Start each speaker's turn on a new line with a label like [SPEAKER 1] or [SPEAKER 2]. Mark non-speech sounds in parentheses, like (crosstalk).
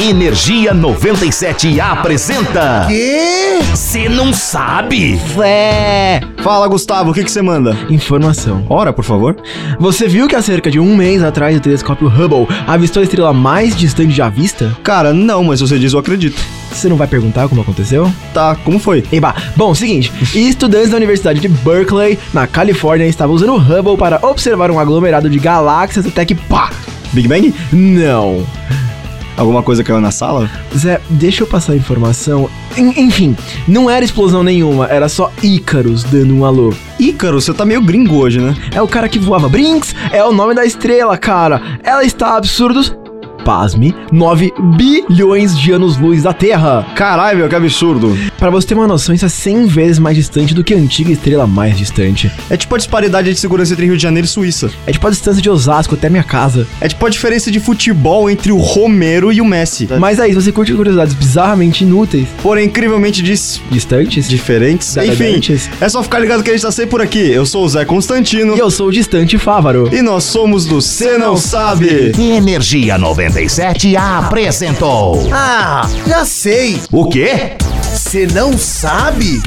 [SPEAKER 1] Energia 97 apresenta.
[SPEAKER 2] Quê?
[SPEAKER 1] Você não sabe?
[SPEAKER 2] Vé! Fala, Gustavo, o que que você manda?
[SPEAKER 3] Informação.
[SPEAKER 2] Ora, por favor.
[SPEAKER 3] Você viu que há cerca de um mês atrás o telescópio Hubble avistou a estrela mais distante já vista?
[SPEAKER 2] Cara, não, mas você diz eu acredito.
[SPEAKER 3] Você não vai perguntar como aconteceu?
[SPEAKER 2] Tá, como foi?
[SPEAKER 3] Eba,
[SPEAKER 2] (laughs)
[SPEAKER 3] bom, seguinte, estudantes da Universidade de Berkeley, na Califórnia, estavam usando o Hubble para observar um aglomerado de galáxias até que pá!
[SPEAKER 2] Big Bang?
[SPEAKER 3] Não.
[SPEAKER 2] Alguma coisa caiu na sala?
[SPEAKER 3] Zé, deixa eu passar a informação. En- enfim, não era explosão nenhuma, era só Ícaros dando um alô.
[SPEAKER 2] Ícaro, você tá meio gringo hoje, né?
[SPEAKER 3] É o cara que voava. Brinks é o nome da estrela, cara. Ela está a absurdos. Pasme, 9 bilhões de anos-luz da Terra.
[SPEAKER 2] Caralho, meu, que absurdo.
[SPEAKER 3] Para você ter uma noção, isso é 100 vezes mais distante do que a antiga estrela mais distante.
[SPEAKER 2] É tipo a disparidade de segurança entre Rio de Janeiro e Suíça.
[SPEAKER 3] É tipo a distância de Osasco até minha casa.
[SPEAKER 2] É tipo a diferença de futebol entre o Romero e o Messi.
[SPEAKER 3] Mas aí, se você curte curiosidades bizarramente inúteis,
[SPEAKER 2] Porém, incrivelmente dis...
[SPEAKER 3] distantes,
[SPEAKER 2] diferentes. Enfim,
[SPEAKER 3] Diferentes.
[SPEAKER 2] é só ficar ligado que a gente tá sempre por aqui. Eu sou o Zé Constantino.
[SPEAKER 3] e eu sou o distante Fávaro.
[SPEAKER 2] E nós somos do Cê Não Sabe.
[SPEAKER 1] Energia 97 apresentou.
[SPEAKER 4] Ah, já sei.
[SPEAKER 1] O quê?
[SPEAKER 4] Você não sabe?